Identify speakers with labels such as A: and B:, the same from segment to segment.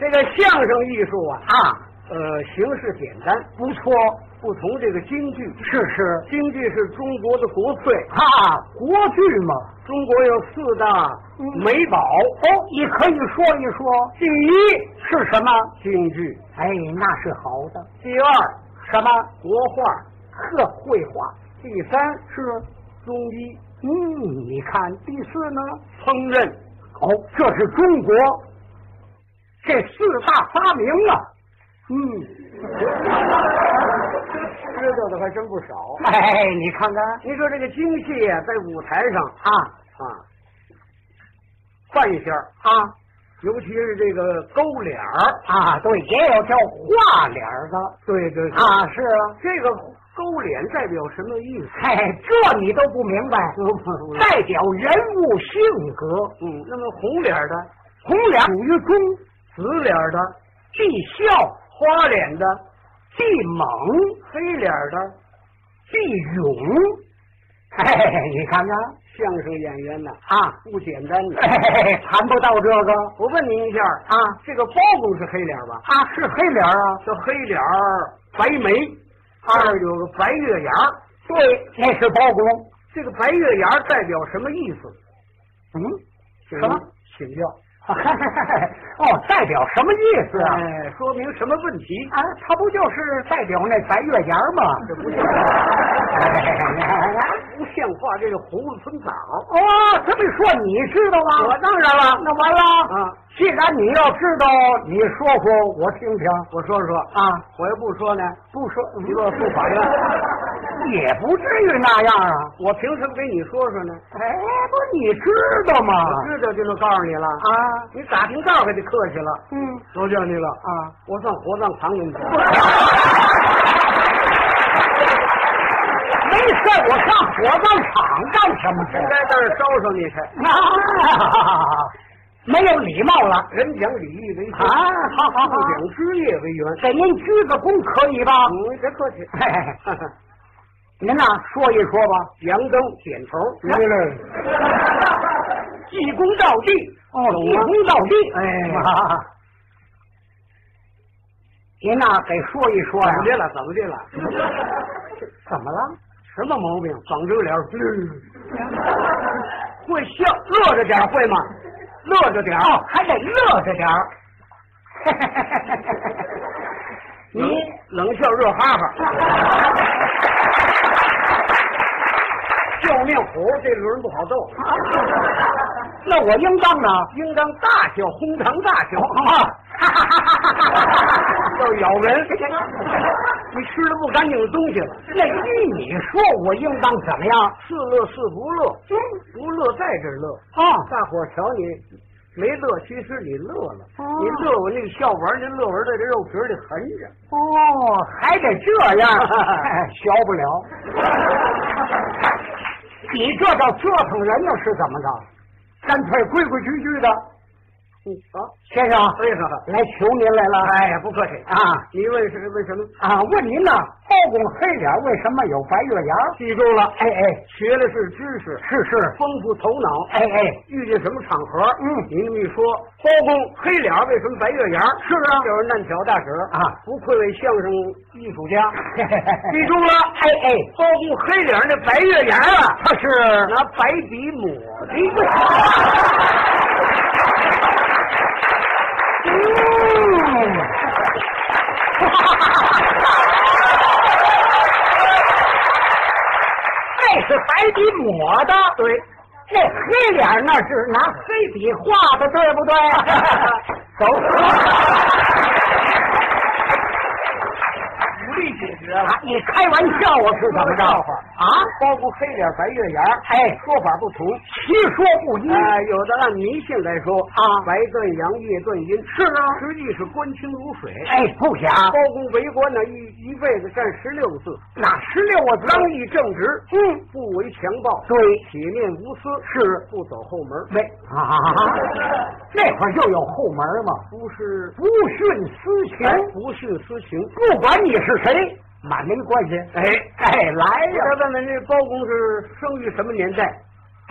A: 这个相声艺术啊，
B: 啊，
A: 呃，形式简单，
B: 不错，
A: 不同这个京剧。
B: 是是，
A: 京剧是中国的国粹，
B: 哈、啊，国剧嘛，
A: 中国有四大美宝。
B: 哦，你可以说一说
A: 第一，
B: 是什么？
A: 京剧；
B: 哎，那是好的。
A: 第二，
B: 什么？
A: 国画；
B: 呵，绘画
A: 第三，
B: 是，
A: 中医；
B: 嗯，你看第四呢？
A: 烹饪。
B: 哦，这是中国这四大发明啊。嗯，
A: 知道的还真不少。
B: 哎，你看看
A: 您说这个京戏啊，在舞台上
B: 啊
A: 啊，扮相儿，
B: 啊
A: 尤其是这个勾脸儿，
B: 啊，对，也有叫画脸儿的
A: 对对对，
B: 啊，是啊，
A: 这个勾脸代表什么意思？
B: 嘿，这你都不明白，代表人物性格。
A: 嗯，那么红脸儿的、
B: 红脸属于忠，
A: 紫脸儿的、
B: 绩孝，
A: 花脸的、
B: 绩猛，
A: 黑脸儿的，
B: 绩勇。嘿，哎你看看
A: 相声演员呐，
B: 啊，
A: 不简单的。
B: 嘿，哎谈不到这个
A: 我问您一下，
B: 啊
A: 这个包公是黑脸吧？
B: 啊，是黑脸儿啊，
A: 这黑脸儿白眉，二有个白月牙儿，
B: 对，那是包公。
A: 这个白月牙儿代表什么意思？
B: 嗯，
A: 请
B: 什么？啊
A: 请教。
B: 哦，代表什么意思啊？
A: 哎，说明什么 问题？
B: 啊，他不就是代表那白月牙吗？哎
A: 这不像话，不像话！这是葫芦村长。
B: 哦，这么一说你知道吗？
A: 我当然了
B: 那完了
A: 啊！
B: 既然你要知道，你说说我听听
A: 我说说，
B: 啊。
A: 我要不说呢，
B: 不说，
A: 一个不法院。
B: 也不至于那样啊。
A: 我凭什么给你说说呢？
B: 哎，不是你知道吗？
A: 我知道就能告诉你了
B: 啊，
A: 你打听道还得客气了，
B: 嗯
A: 求求你了。
B: 啊，
A: 我算火葬场给你。
B: 没事儿，我上火葬场干什么去？
A: 应该在这烧上你去。
B: 啊， 没有礼貌了
A: 人讲礼义为先，
B: 啊！好好好
A: 不，讲枝叶为圆。
B: 给您鞠个躬可以吧？
A: 你别客气。
B: 嘿嘿嘿 您呐，说一说吧。
A: 杨登点头，
B: 对了，
A: 济公到地。
B: 哦，
A: 懂
B: 鞠
A: 吗
B: 躬到地。
A: 哎
B: 啊， 您呐，给说一说
A: 怎
B: 哎呀
A: 么。的了？怎么的了？
B: 怎么了？
A: 什么毛病？长这脸儿， 会笑，乐着点儿会吗？乐着点儿，
B: 哦，还得乐着点 儿。你
A: 冷冷笑热哈哈。救命虎，这轮不好 斗，
B: 那我应当呢？
A: 应当大笑，哄堂大笑，
B: 啊，
A: 要咬人。 你吃了不干净的东西了，
B: 那依你说，我应当怎么样？
A: 是乐是不乐，
B: 嗯
A: 不乐在这儿乐。
B: 啊，
A: 大伙儿瞧你没乐，其实你乐了，
B: 哦
A: 你乐我那个笑纹儿，那乐纹儿在这肉皮儿里横着。
B: 哦，还得这样， 哎学不了。你这叫折腾人呢，是怎么着？干脆规规矩矩的，
A: 嗯啊，
B: 先生，
A: 哎呀，
B: 来求您来了。
A: 哎呀，不客气
B: 啊
A: 你问是为什么？
B: 啊，问您呢，包公黑脸为什么有白月牙？
A: 记住了，
B: 哎哎，
A: 学的是知识，
B: 是是，
A: 丰富头脑。
B: 哎哎，
A: 遇见什么场合，
B: 嗯
A: 您这么一说，包公黑脸为什么白月牙？
B: 是啊
A: 就是难挑大使
B: 啊，
A: 不愧为相声艺术家。 记住了，
B: 哎哎，
A: 包公黑脸那白月牙啊，
B: 他是哎
A: 拿白笔抹的。
B: 嗯，那是白笔抹的，
A: 对，
B: 那黑脸儿那是拿黑笔画的，对 不对？走，
A: 无力解决
B: 啊。你开玩笑我是怎么着？
A: 说个笑话
B: 啊？
A: 包公黑脸白月牙，
B: 哎，
A: 说法不同。
B: 其说不一
A: 呃，有的按迷信来说
B: 啊
A: 白断阳，夜断阴，
B: 是啊，
A: 实际是官清如水。
B: 哎，不假，
A: 包公为官呢，一一辈子干十六次，
B: 哪十六个字？
A: 刚毅正直，
B: 嗯，
A: 不为强暴，
B: 对，
A: 铁面无私，
B: 是
A: 不走后门，
B: 没啊，那会儿就有后门嘛，
A: 不是
B: 不徇私
A: 哎
B: 情，
A: 不徇私情。
B: 不管你是谁，满没关系。
A: 哎
B: 哎，来
A: 我再
B: 呀！
A: 问问这包公是生于什么年代？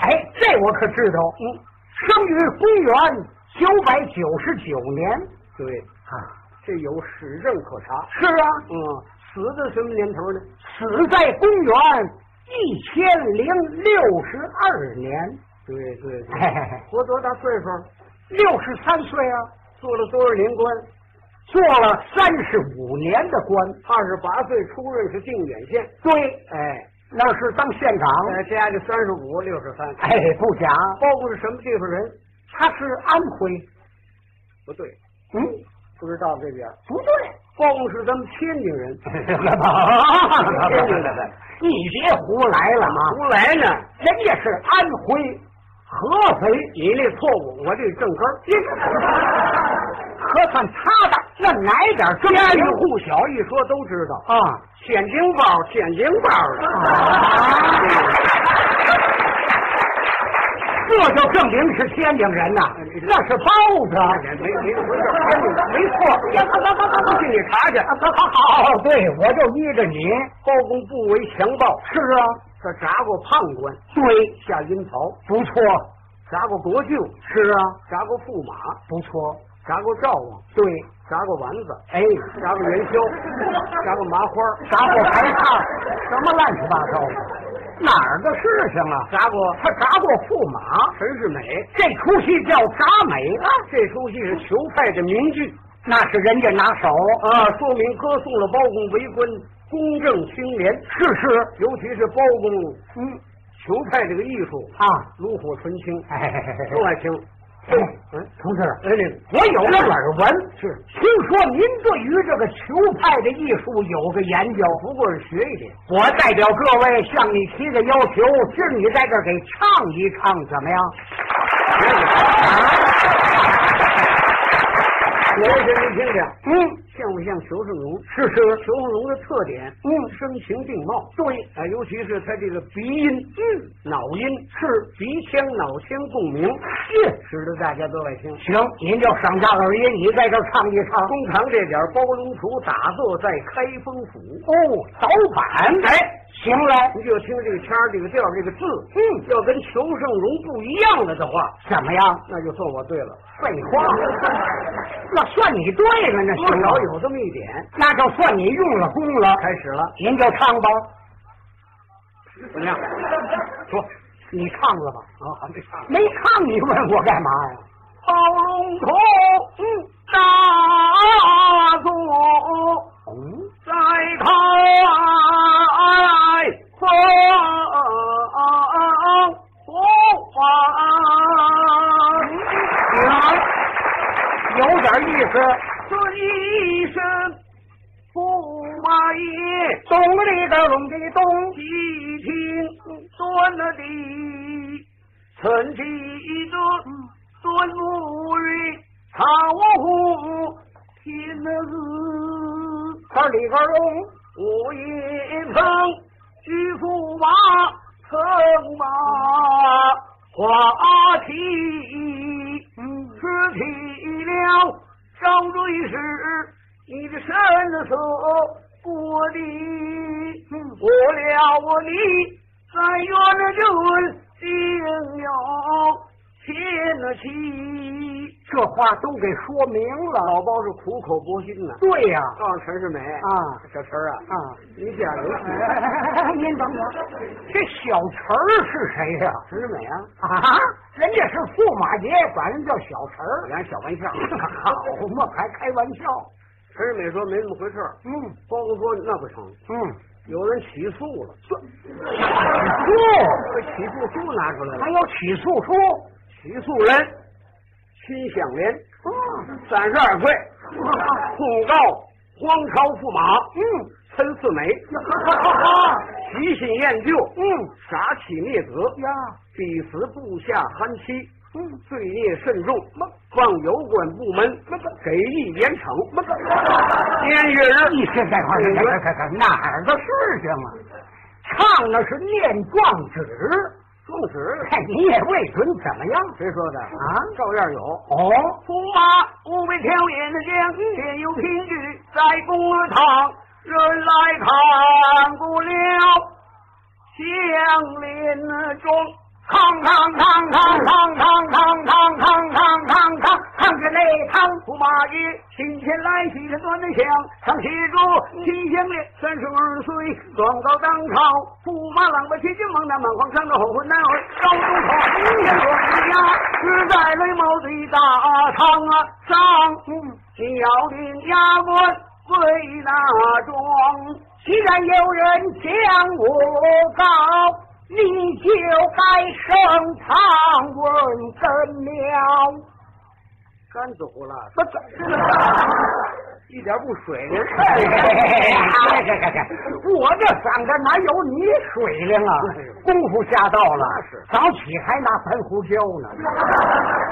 B: 哎，这我可知道。
A: 嗯，
B: 生于公元九百九十九年，
A: 对，
B: 啊，
A: 这有史证可查。
B: 是啊，
A: 嗯，死在什么年头呢？
B: 死在公元一千零六十二年，
A: 对对对，活多大岁数？
B: 六十三岁啊，
A: 做了多少年官？
B: 做了三十五年的官。
A: 二十八岁出任是定远县，
B: 对，
A: 哎，
B: 那是当县长。
A: 呃，这家就三十五六十三，
B: 哎，不假，
A: 包括是什么地方人？
B: 他是安徽。
A: 不对，
B: 嗯，
A: 不知道这边。
B: 不对。
A: 包括是咱们天津人，
B: 天津的你别胡来了嘛！
A: 胡来呢？
B: 人家是安徽、合肥，
A: 你那错误，我这正根儿。
B: 和算他的那哪点儿
A: 家
B: 家
A: 喻
B: 喻
A: 户晓，一说都知道。
B: 啊？
A: 天津包，天津包
B: 哦
A: 啊的。
B: 这就证明是天津人呐，那是包子。
A: 没没回事，没
B: 哎
A: 错。不信你查去。
B: 好，哦对，我就依着你。
A: 包公不为强暴，
B: 是啊，
A: 他砸过判官，
B: 对，
A: 下阴曹，
B: 不错，
A: 砸过国舅，
B: 是啊，
A: 砸过驸马，
B: 不错，
A: 砸过赵王，
B: 对，
A: 砸过丸子，
B: 哎，
A: 砸过元 宵，砸过麻花，
B: 砸过排炕，什么乱七八糟的，哪儿的事情啊？
A: 砸过
B: 他砸过驸马，
A: 陈世美。
B: 这出戏叫砸美啊，
A: 这出戏是裘派的名剧
B: 那是人家拿手啊，
A: 啊，说明歌颂了包公为官公正清廉，
B: 是是，
A: 尤其是包
B: 嗯
A: 公裘派这个艺术，
B: 啊，
A: 炉火纯青，
B: 哎，
A: 都爱听。
B: 哎
A: 嗯，
B: 同志，
A: 哎，那个
B: 我有个耳闻，
A: 是，
B: 听说您对于这个球派的艺术有个研究，
A: 不过是学一点。
B: 我代表各位向你提个要求，今儿你在这儿给唱一唱，怎么样？啊
A: 我也给您听听，
B: 嗯，
A: 像不像裘盛戎？
B: 是是，
A: 裘盛戎的特点，
B: 嗯
A: 声情并茂，
B: 对，
A: 啊，尤其是他这个鼻音，
B: 嗯，
A: 脑音是鼻腔脑腔共鸣，
B: 是。
A: 使得大家都爱听。
B: 行，您就赏下耳音，你在这儿唱一唱。
A: 公堂这点儿包龙图打坐在开封府，
B: 哦，早板，哎，行了，
A: 你就听这个腔儿、这个调儿、这个字，
B: 嗯，
A: 要跟裘盛戎不一样了的话，
B: 怎么样？
A: 那就算我对了，
B: 废话，那算你对了，那
A: 哎多
B: 行
A: 少
B: 了，
A: 有这么一点。
B: 那就算你用了功了。
A: 开始了，
B: 您就唱吧，
A: 怎么样？说
B: 你唱了吧，
A: 啊，还没唱呢。
B: 没唱你问我干嘛呀？
A: 包龙图，大坐
B: 嗯，
A: 在开封府啊，
B: 行，有点意思，
A: 这一身驸马爷。
B: 咚里个隆的咚，
A: 细听端了的，曾记得端木瑞草湖天了日，
B: 这里个隆，
A: 我也曾举驸马乘马花旗，
B: 嗯，
A: 失体了张瑞时，你的身手过的。我了我你在院中定有天了气。
B: 这话都给说明了。
A: 老包是苦口婆心呐、
B: 对呀、
A: 告诉陈世美
B: 啊，
A: 啊，小陈啊，
B: 啊，
A: 你讲究
B: 您等等，这小词儿是谁呀、
A: 陈世美啊，
B: 啊，人家是驸马爷，管人叫小词儿，
A: 两小玩笑。
B: 好嘛，还开玩笑？
A: 陈世美说没那么回事儿，
B: 嗯
A: 包公说那不成，
B: 嗯，
A: 有人起诉了，
B: 起
A: 这起诉书拿出来
B: 诉哦
A: 了
B: 还，有起诉书，
A: 起诉人辛享莲，
B: 哦
A: 三十 二岁，控告荒朝驸马。
B: 嗯
A: 参四 美，喜新厌旧，
B: 嗯
A: 杀妻灭子，
B: 呀，
A: 彼此部下憨欺，
B: 嗯，
A: 罪孽甚重，望有关部门给予严惩。年月日，
B: 你现在快
A: 嗯
B: 快快快快，哪儿的事情啊？唱的是念状纸，
A: 宋史，
B: 嘿你也未准怎么样
A: 谁说的
B: 啊
A: 照样有。
B: 哦。嗯
A: 驸马不被挑眼的将，天有凭据在公堂，人来看不了，相连中。
B: 康康康康康康康康康康康康康着内康。
A: 驸马爷，新鲜来喜人端的香，上写
B: 嗯
A: 着新乡烈，三十二岁，状告当朝，驸马郎吧，千军猛男，满皇上的后婚男儿，高中考，天罗之家，实在雷毛的大堂啊上，小令衙门为那桩，
B: 既然有人将我告。你就该升堂问根了。
A: 干走了，
B: 不怎
A: 一点不水 灵。
B: 我这嗓子哪有你水灵啊？功夫下到了，早起还拿盘胡椒呢。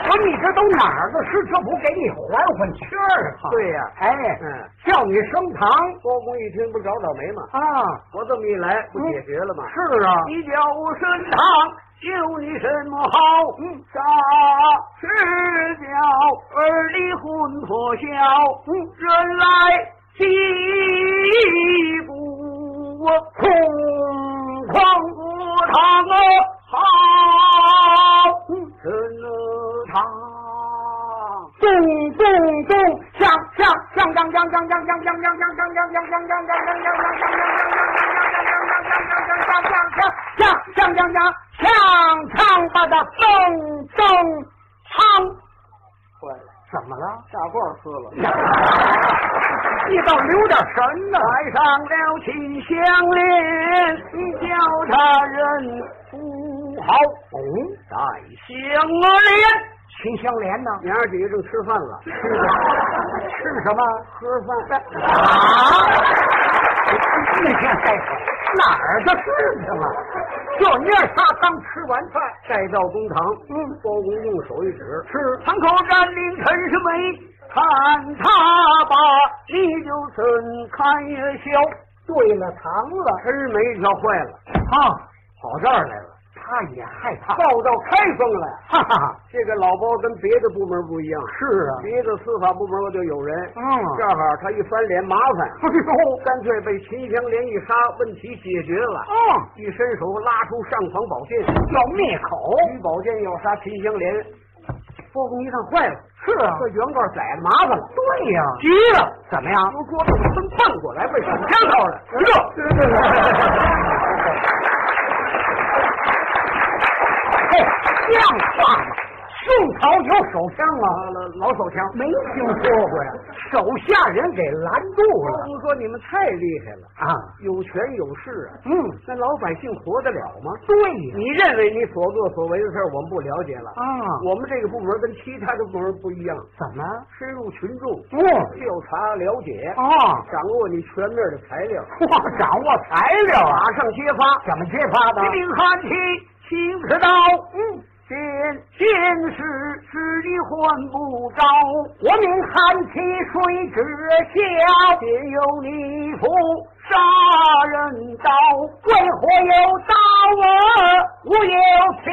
B: 我说你这都哪儿的事？这不给你缓缓气儿啊？
A: 对呀
B: 哎，
A: 嗯
B: 叫你升堂
A: 包公一听不找找霉吗？
B: 啊？
A: 我这么一来，不解决了吗？
B: 是啊，
A: 你叫我升堂，有你什么好？嗯，大赤脚儿的魂破晓，嗯，人来疾步啊，空旷过堂啊，好，嗯，成了堂。
B: 咚咚咚，响响响，当当当当当当当当当当当当当当当当当当当当当当当当当当当当当当当当当当当当当把它咚咚锵，
A: 坏了，
B: 怎么了？
A: 大褂撕了。
B: 你倒留点神呢！
A: 带上了秦香莲，叫他人不好。
B: 哦，
A: 带香莲，
B: 秦香莲呢？
A: 娘儿几个正吃饭了，
B: 吃什么？
A: 吃饭。
B: 啊！哪儿的事情啊？就捏仨汤吃完饭，
A: 带到公堂，嗯，包公用手一指，
B: 是
A: 堂口站立陈世美，看他吧，你就怎看也笑。
B: 对了糖了。
A: 陈世美哎一瞧坏了，
B: 啊，
A: 跑这儿来了，
B: 他也害怕。
A: 报到开封来。
B: 哈哈，
A: 这个老包跟别的部门不一样，
B: 是啊，
A: 别的司法部门我就有人，
B: 嗯
A: 正好他一翻脸麻烦，
B: 哎呦，
A: 干脆被秦香莲一杀，问题解决了。
B: 嗯，
A: 一伸手拉出尚方宝剑，
B: 要灭口。
A: 于宝剑要杀秦香莲，包公一看坏了，
B: 是啊
A: 这原告宰了麻烦了，
B: 对呀、
A: 急了，
B: 怎么样？
A: 由桌子里蹬蹦过来，被手枪到了，
B: 知道。 嘿，像话吗？宋朝有手枪吗？
A: 啊，老手枪。
B: 没听说过呀，手下人给拦住
A: 包
B: 了
A: 公说：“你们太厉害了，
B: 啊！
A: 有权有势啊，
B: 嗯，
A: 那老百姓活得了吗？”
B: 对呀、
A: 你认为你所作所为的事儿，我们不了解了
B: 啊
A: 我们这个部门跟其他的部门不一样，
B: 怎么？
A: 深入群众，
B: 哦
A: 调查了解，
B: 哦，
A: 掌握你全面的材料，
B: 哇，掌握材料啊！
A: 马上揭发。
B: 怎么揭发的？
A: 一领寒气，青石刀，
B: 嗯，
A: 见见识使你还不着，
B: 国民寒气谁知晓？
A: 且有你夫杀人刀，
B: 为何有刀我无有枪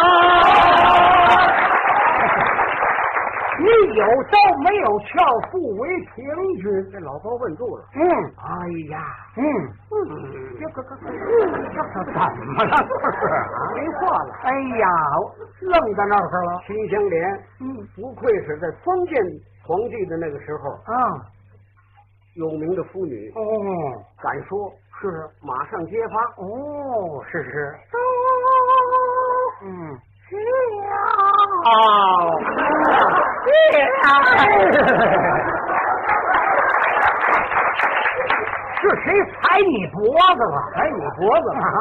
B: 啊！ 你有刀没有鞘，不为平之。
A: 这老包问住了。
B: 嗯
A: 哎呀，
B: 嗯，这个个这怎么了？
A: 没话了。
B: 哎呀，愣在那儿了。
A: 秦香莲，
B: 嗯
A: 不愧是在封建皇帝的那个时候
B: 啊，
A: 有名的妇女，
B: 哦
A: 敢说是马上揭发。
B: 哦，是是，嗯。
A: 哦，
B: 是谁踩你脖子了？
A: 哎，你脖子了
B: 啊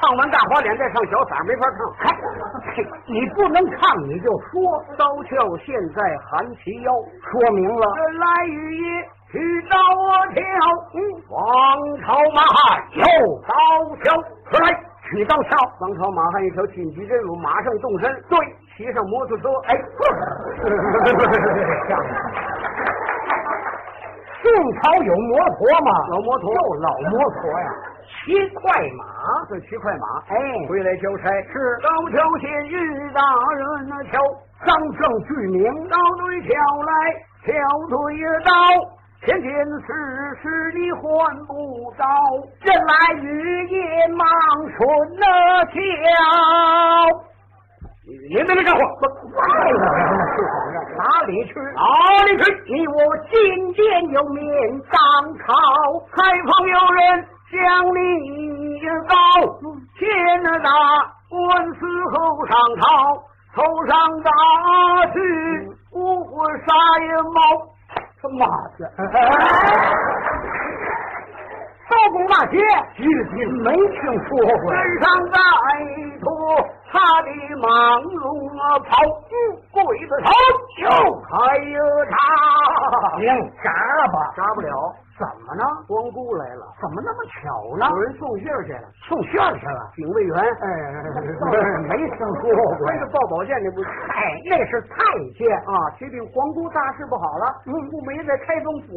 A: 唱完大花脸再唱小嗓儿没法唱。
B: 还你不能唱，你就说，
A: 刀鞘现在含其腰，
B: 说明了。
A: 人来雨夜取刀鞘。
B: 嗯
A: 王朝马汉
B: 有
A: 刀鞘，
B: 出来取刀鞘，
A: 王朝马汉一条紧急任务，马上动身，
B: 对，
A: 骑上摩托车。
B: 哎， 宋朝有摩托吗？
A: 老摩托
B: 就老摩托呀，骑快马。
A: 啊，这骑快马，
B: 哎，
A: 回来交差是刀鞘现遇大人那、啊、挑，
B: 张正巨名
A: 刀对挑来，挑对刀，前天此事你还不到，人来雨夜忙春了桥。你在那干活？
B: 快了，去哪里去？
A: 哪里去？你我今天有面当朝，开封有人将你告，天打官司后上朝，头上打去五虎杀人猫。
B: 他妈的！
A: 刀工骂街，
B: 记记没听说过。
A: 身上带脱他的蟒龙
B: 啊
A: 袍，鬼子头
B: 就
A: 还有他。
B: 行，哎嘎巴
A: 扎不了，
B: 怎么呢？
A: 光顾来了，
B: 怎么那么巧呢？
A: 有人送信儿去了，
B: 送信儿去了。
A: 警卫员。
B: 哎， 没听说过。
A: 背着抱宝剑那不是
B: 嗨，那是嗯太监。
A: 啊，启禀皇姑大事不好了，顾梅在开封府，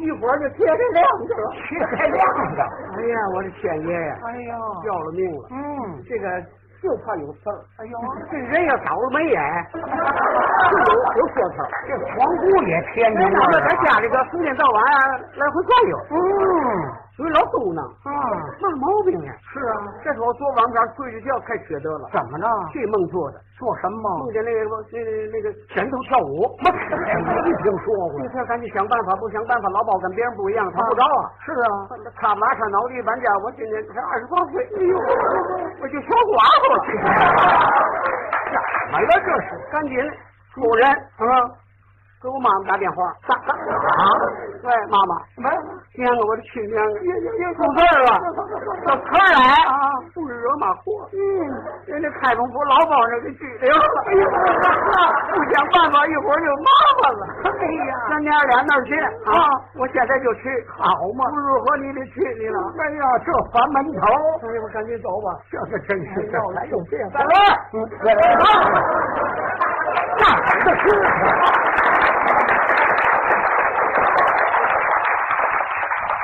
A: 一会儿就天天亮去了。
B: 去还亮着。
A: 哎呀，我的天爷呀，
B: 哎呀，
A: 要了命了！
B: 嗯，
A: 这个就怕有刺儿，
B: 哎呦，
A: 这人要倒了 霉眼，就有有说头儿。
B: 这皇姑也天
A: 哎那
B: 真了。
A: 咱家里边从天到晚啊来回转悠，
B: 嗯
A: 所以老嘟囔，
B: 啊，
A: 嘛毛病呀？
B: 是啊，
A: 这头昨晚上睡着觉太缺德了，
B: 怎么了？
A: 这梦做的，
B: 做什么梦
A: 梦？见那个那那个拳头跳舞，
B: 没听说过
A: 这。事儿赶紧想办法，不想办法，老保跟别人不一样，他不着啊。
B: 是啊，
A: 他马上脑力搬家，我今年才二十八岁，哎呦， 我就小寡妇了。
B: 怎 么了这是？
A: 赶紧某人啊，给我妈妈打电话。
B: 啊，
A: 喂，妈妈，
B: 没
A: 娘啊，我的亲娘啊，出
B: 出
A: 事
B: 事
A: 儿
B: 儿了，
A: 了这可来啊，不是惹马祸，嗯，人家开封府老包人给拘 留了，哎呀，不想办法，一会儿就麻烦了。
B: 哎呀
A: 咱娘俩那儿去啊
B: 啊，
A: 我现在就去，
B: 好嘛
A: 不如和你得去你了。
B: 哎呀，这阀门头，
A: 哎呀，我赶紧走吧。
B: 这个真是
A: 要来
B: 有变
A: 散了。
B: 嗯，对哪儿的事啊？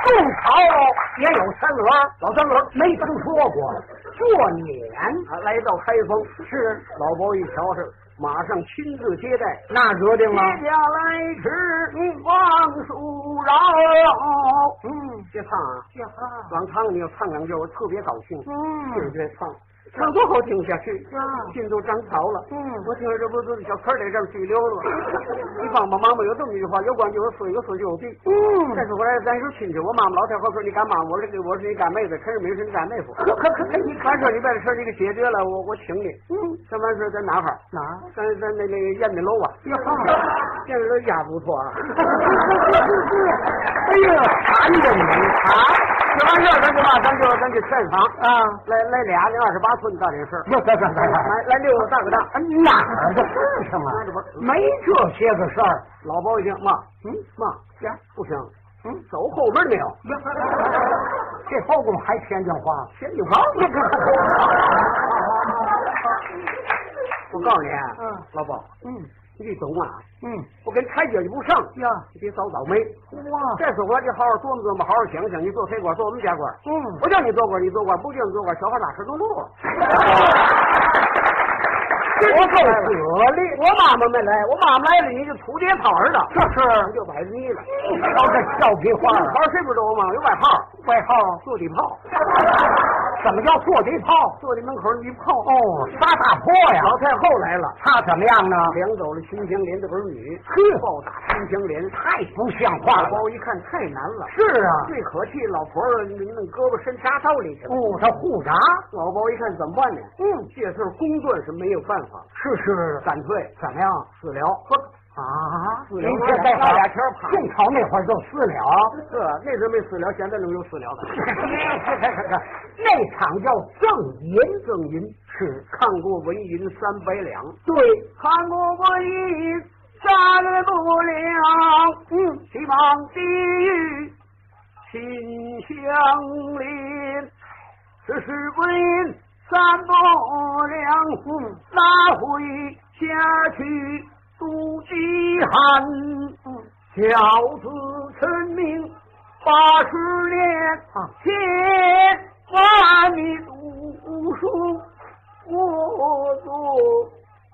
B: 宋朝
A: 哦
B: 也有三轮，老三轮没听说过，做碾
A: 啊，来到开封，是老包一瞧是，马上亲自接待。
B: 那决定
A: 接
B: 了。
A: 下来吃王叔饶，
B: 嗯，
A: 别唱啊，
B: 这哈，
A: 往唱你要唱两句，我特别高兴。对
B: 嗯，
A: 对，唱，唱多好听下去
B: 啊。
A: 进都张朝了，
B: 嗯
A: 我听着这不是小词儿在这儿拘留 了吗？你帮帮忙吧，有这么一句话，有管就有死，有死就有地。
B: 嗯
A: 但是我来咱是亲戚，我妈妈老太婆说你干妈，我是我是你干妹子，可是没是你干妹夫。
B: 可可可可，你
A: 完事儿你把这事儿你给解决了，我我请你。
B: 嗯
A: 这完事儿咱哪哈？
B: 哪儿？
A: 咱咱那那个燕子楼啊，
B: 哟
A: 燕子楼鸭不错 啊。
B: 哎呀，馋着你
A: 啊，这完事儿咱就嘛，咱就咱就劝房，
B: 啊！
A: 来来俩那二十八寸大点事儿，哎
B: 这这这这
A: 来来六个大个大。
B: 哪儿的事情啊？没这些个事儿。
A: 老包一听，妈，嗯，妈，
B: 行，
A: 不行，
B: 嗯，
A: 走后门没有？
B: 这包公还天津话，
A: 天津房。 我告诉你，啊
B: 嗯，
A: 老包，
B: 嗯
A: 你得懂啊，
B: 嗯
A: 我跟抬脚也不上，
B: 呀，
A: 你别早倒霉。
B: 哇，
A: 这次我得好好琢磨琢磨，好好想想，你做谁官，做我们家官。
B: 嗯，
A: 不叫你做官，你做官；不叫你做官，小孩哪吃能住啊？
B: 我够得力，
A: 我妈妈没来，我妈妈来了，你就土爹跑儿了，
B: 这
A: 你
B: 是
A: 就摆着你 了。
B: 瞧这俏皮话
A: 玩儿谁不知道我妈妈有外号，
B: 外号
A: 坐地炮，
B: 怎么叫坐地炮？
A: 坐地门口一炮。
B: 哦，杀大坡呀！
A: 老太后来了，
B: 他怎么样呢？
A: 抢走了秦香莲的儿女，
B: 呵
A: 暴打秦香莲。
B: 太不像话
A: 大
B: 了。
A: 包一看太难了，
B: 是啊，
A: 最可气，老婆儿你弄胳膊伸沙刀里去
B: 哦，
A: 了。
B: 他护闸，
A: 老包一看怎么办呢？
B: 嗯，
A: 这事儿公断是没有办法了，
B: 是是
A: 干脆
B: 怎么样？
A: 私了。呵，
B: 啊，
A: 私
B: 你
A: 了
B: 这在
A: 拉俩
B: 俩
A: 圈儿爬
B: 宋朝那会儿就私了，
A: 这那时候没私了，现在能有私 了的？
B: 那场叫赠银，
A: 赠银
B: 是
A: 看过文银三百两，
B: 对，
A: 看过文银三不两，
B: 嗯，
A: 西望地狱秦香莲，这是文银三不两，拉回家去度饥寒。小子成名八十年
B: 啊，
A: 千万你读书，我做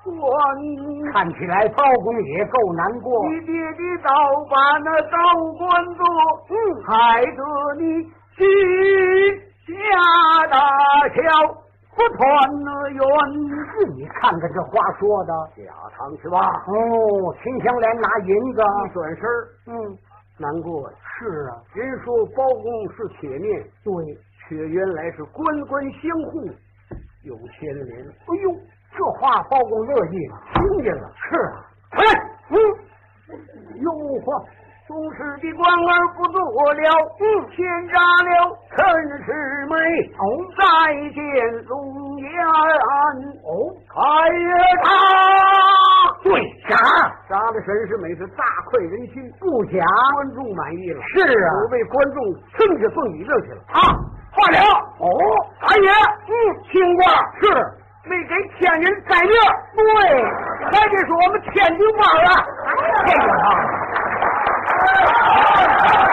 A: 官
B: 你，你
C: 看起来包公也够难过。
B: 爹的刀把那刀关住，
A: 嗯
B: 害得你心下大桥不团了圆。
C: 是你看看这话说的
A: 假唱去吧，
C: 哦，秦香莲拿银子，
A: 一转身儿
C: 嗯，
A: 难过呀。
C: 是啊，
A: 人说包公是铁面，
C: 对，
A: 却原来是官官相护，有牵连。
C: 哎呦，这话包公乐意了，
A: 听见了，
C: 是啊，
B: 回来，嗯。
C: 哟呵，
B: 出事的官儿不做了，嗯，欠扎了陈世美。
C: 哦
B: 再见龙颜安，
C: 哦，
B: 开他。
C: 对啥？
A: 杀的沈世美是大快人心，
C: 不假，
A: 观众满意了，
C: 是啊，
A: 我被观众蹭着蹦椅子去了。
B: 啊，化疗
C: 哦，
B: 韩爷，嗯，清官
C: 是，
B: 没给天人改命，对，还得是我们天津官啊。
C: 这个啊。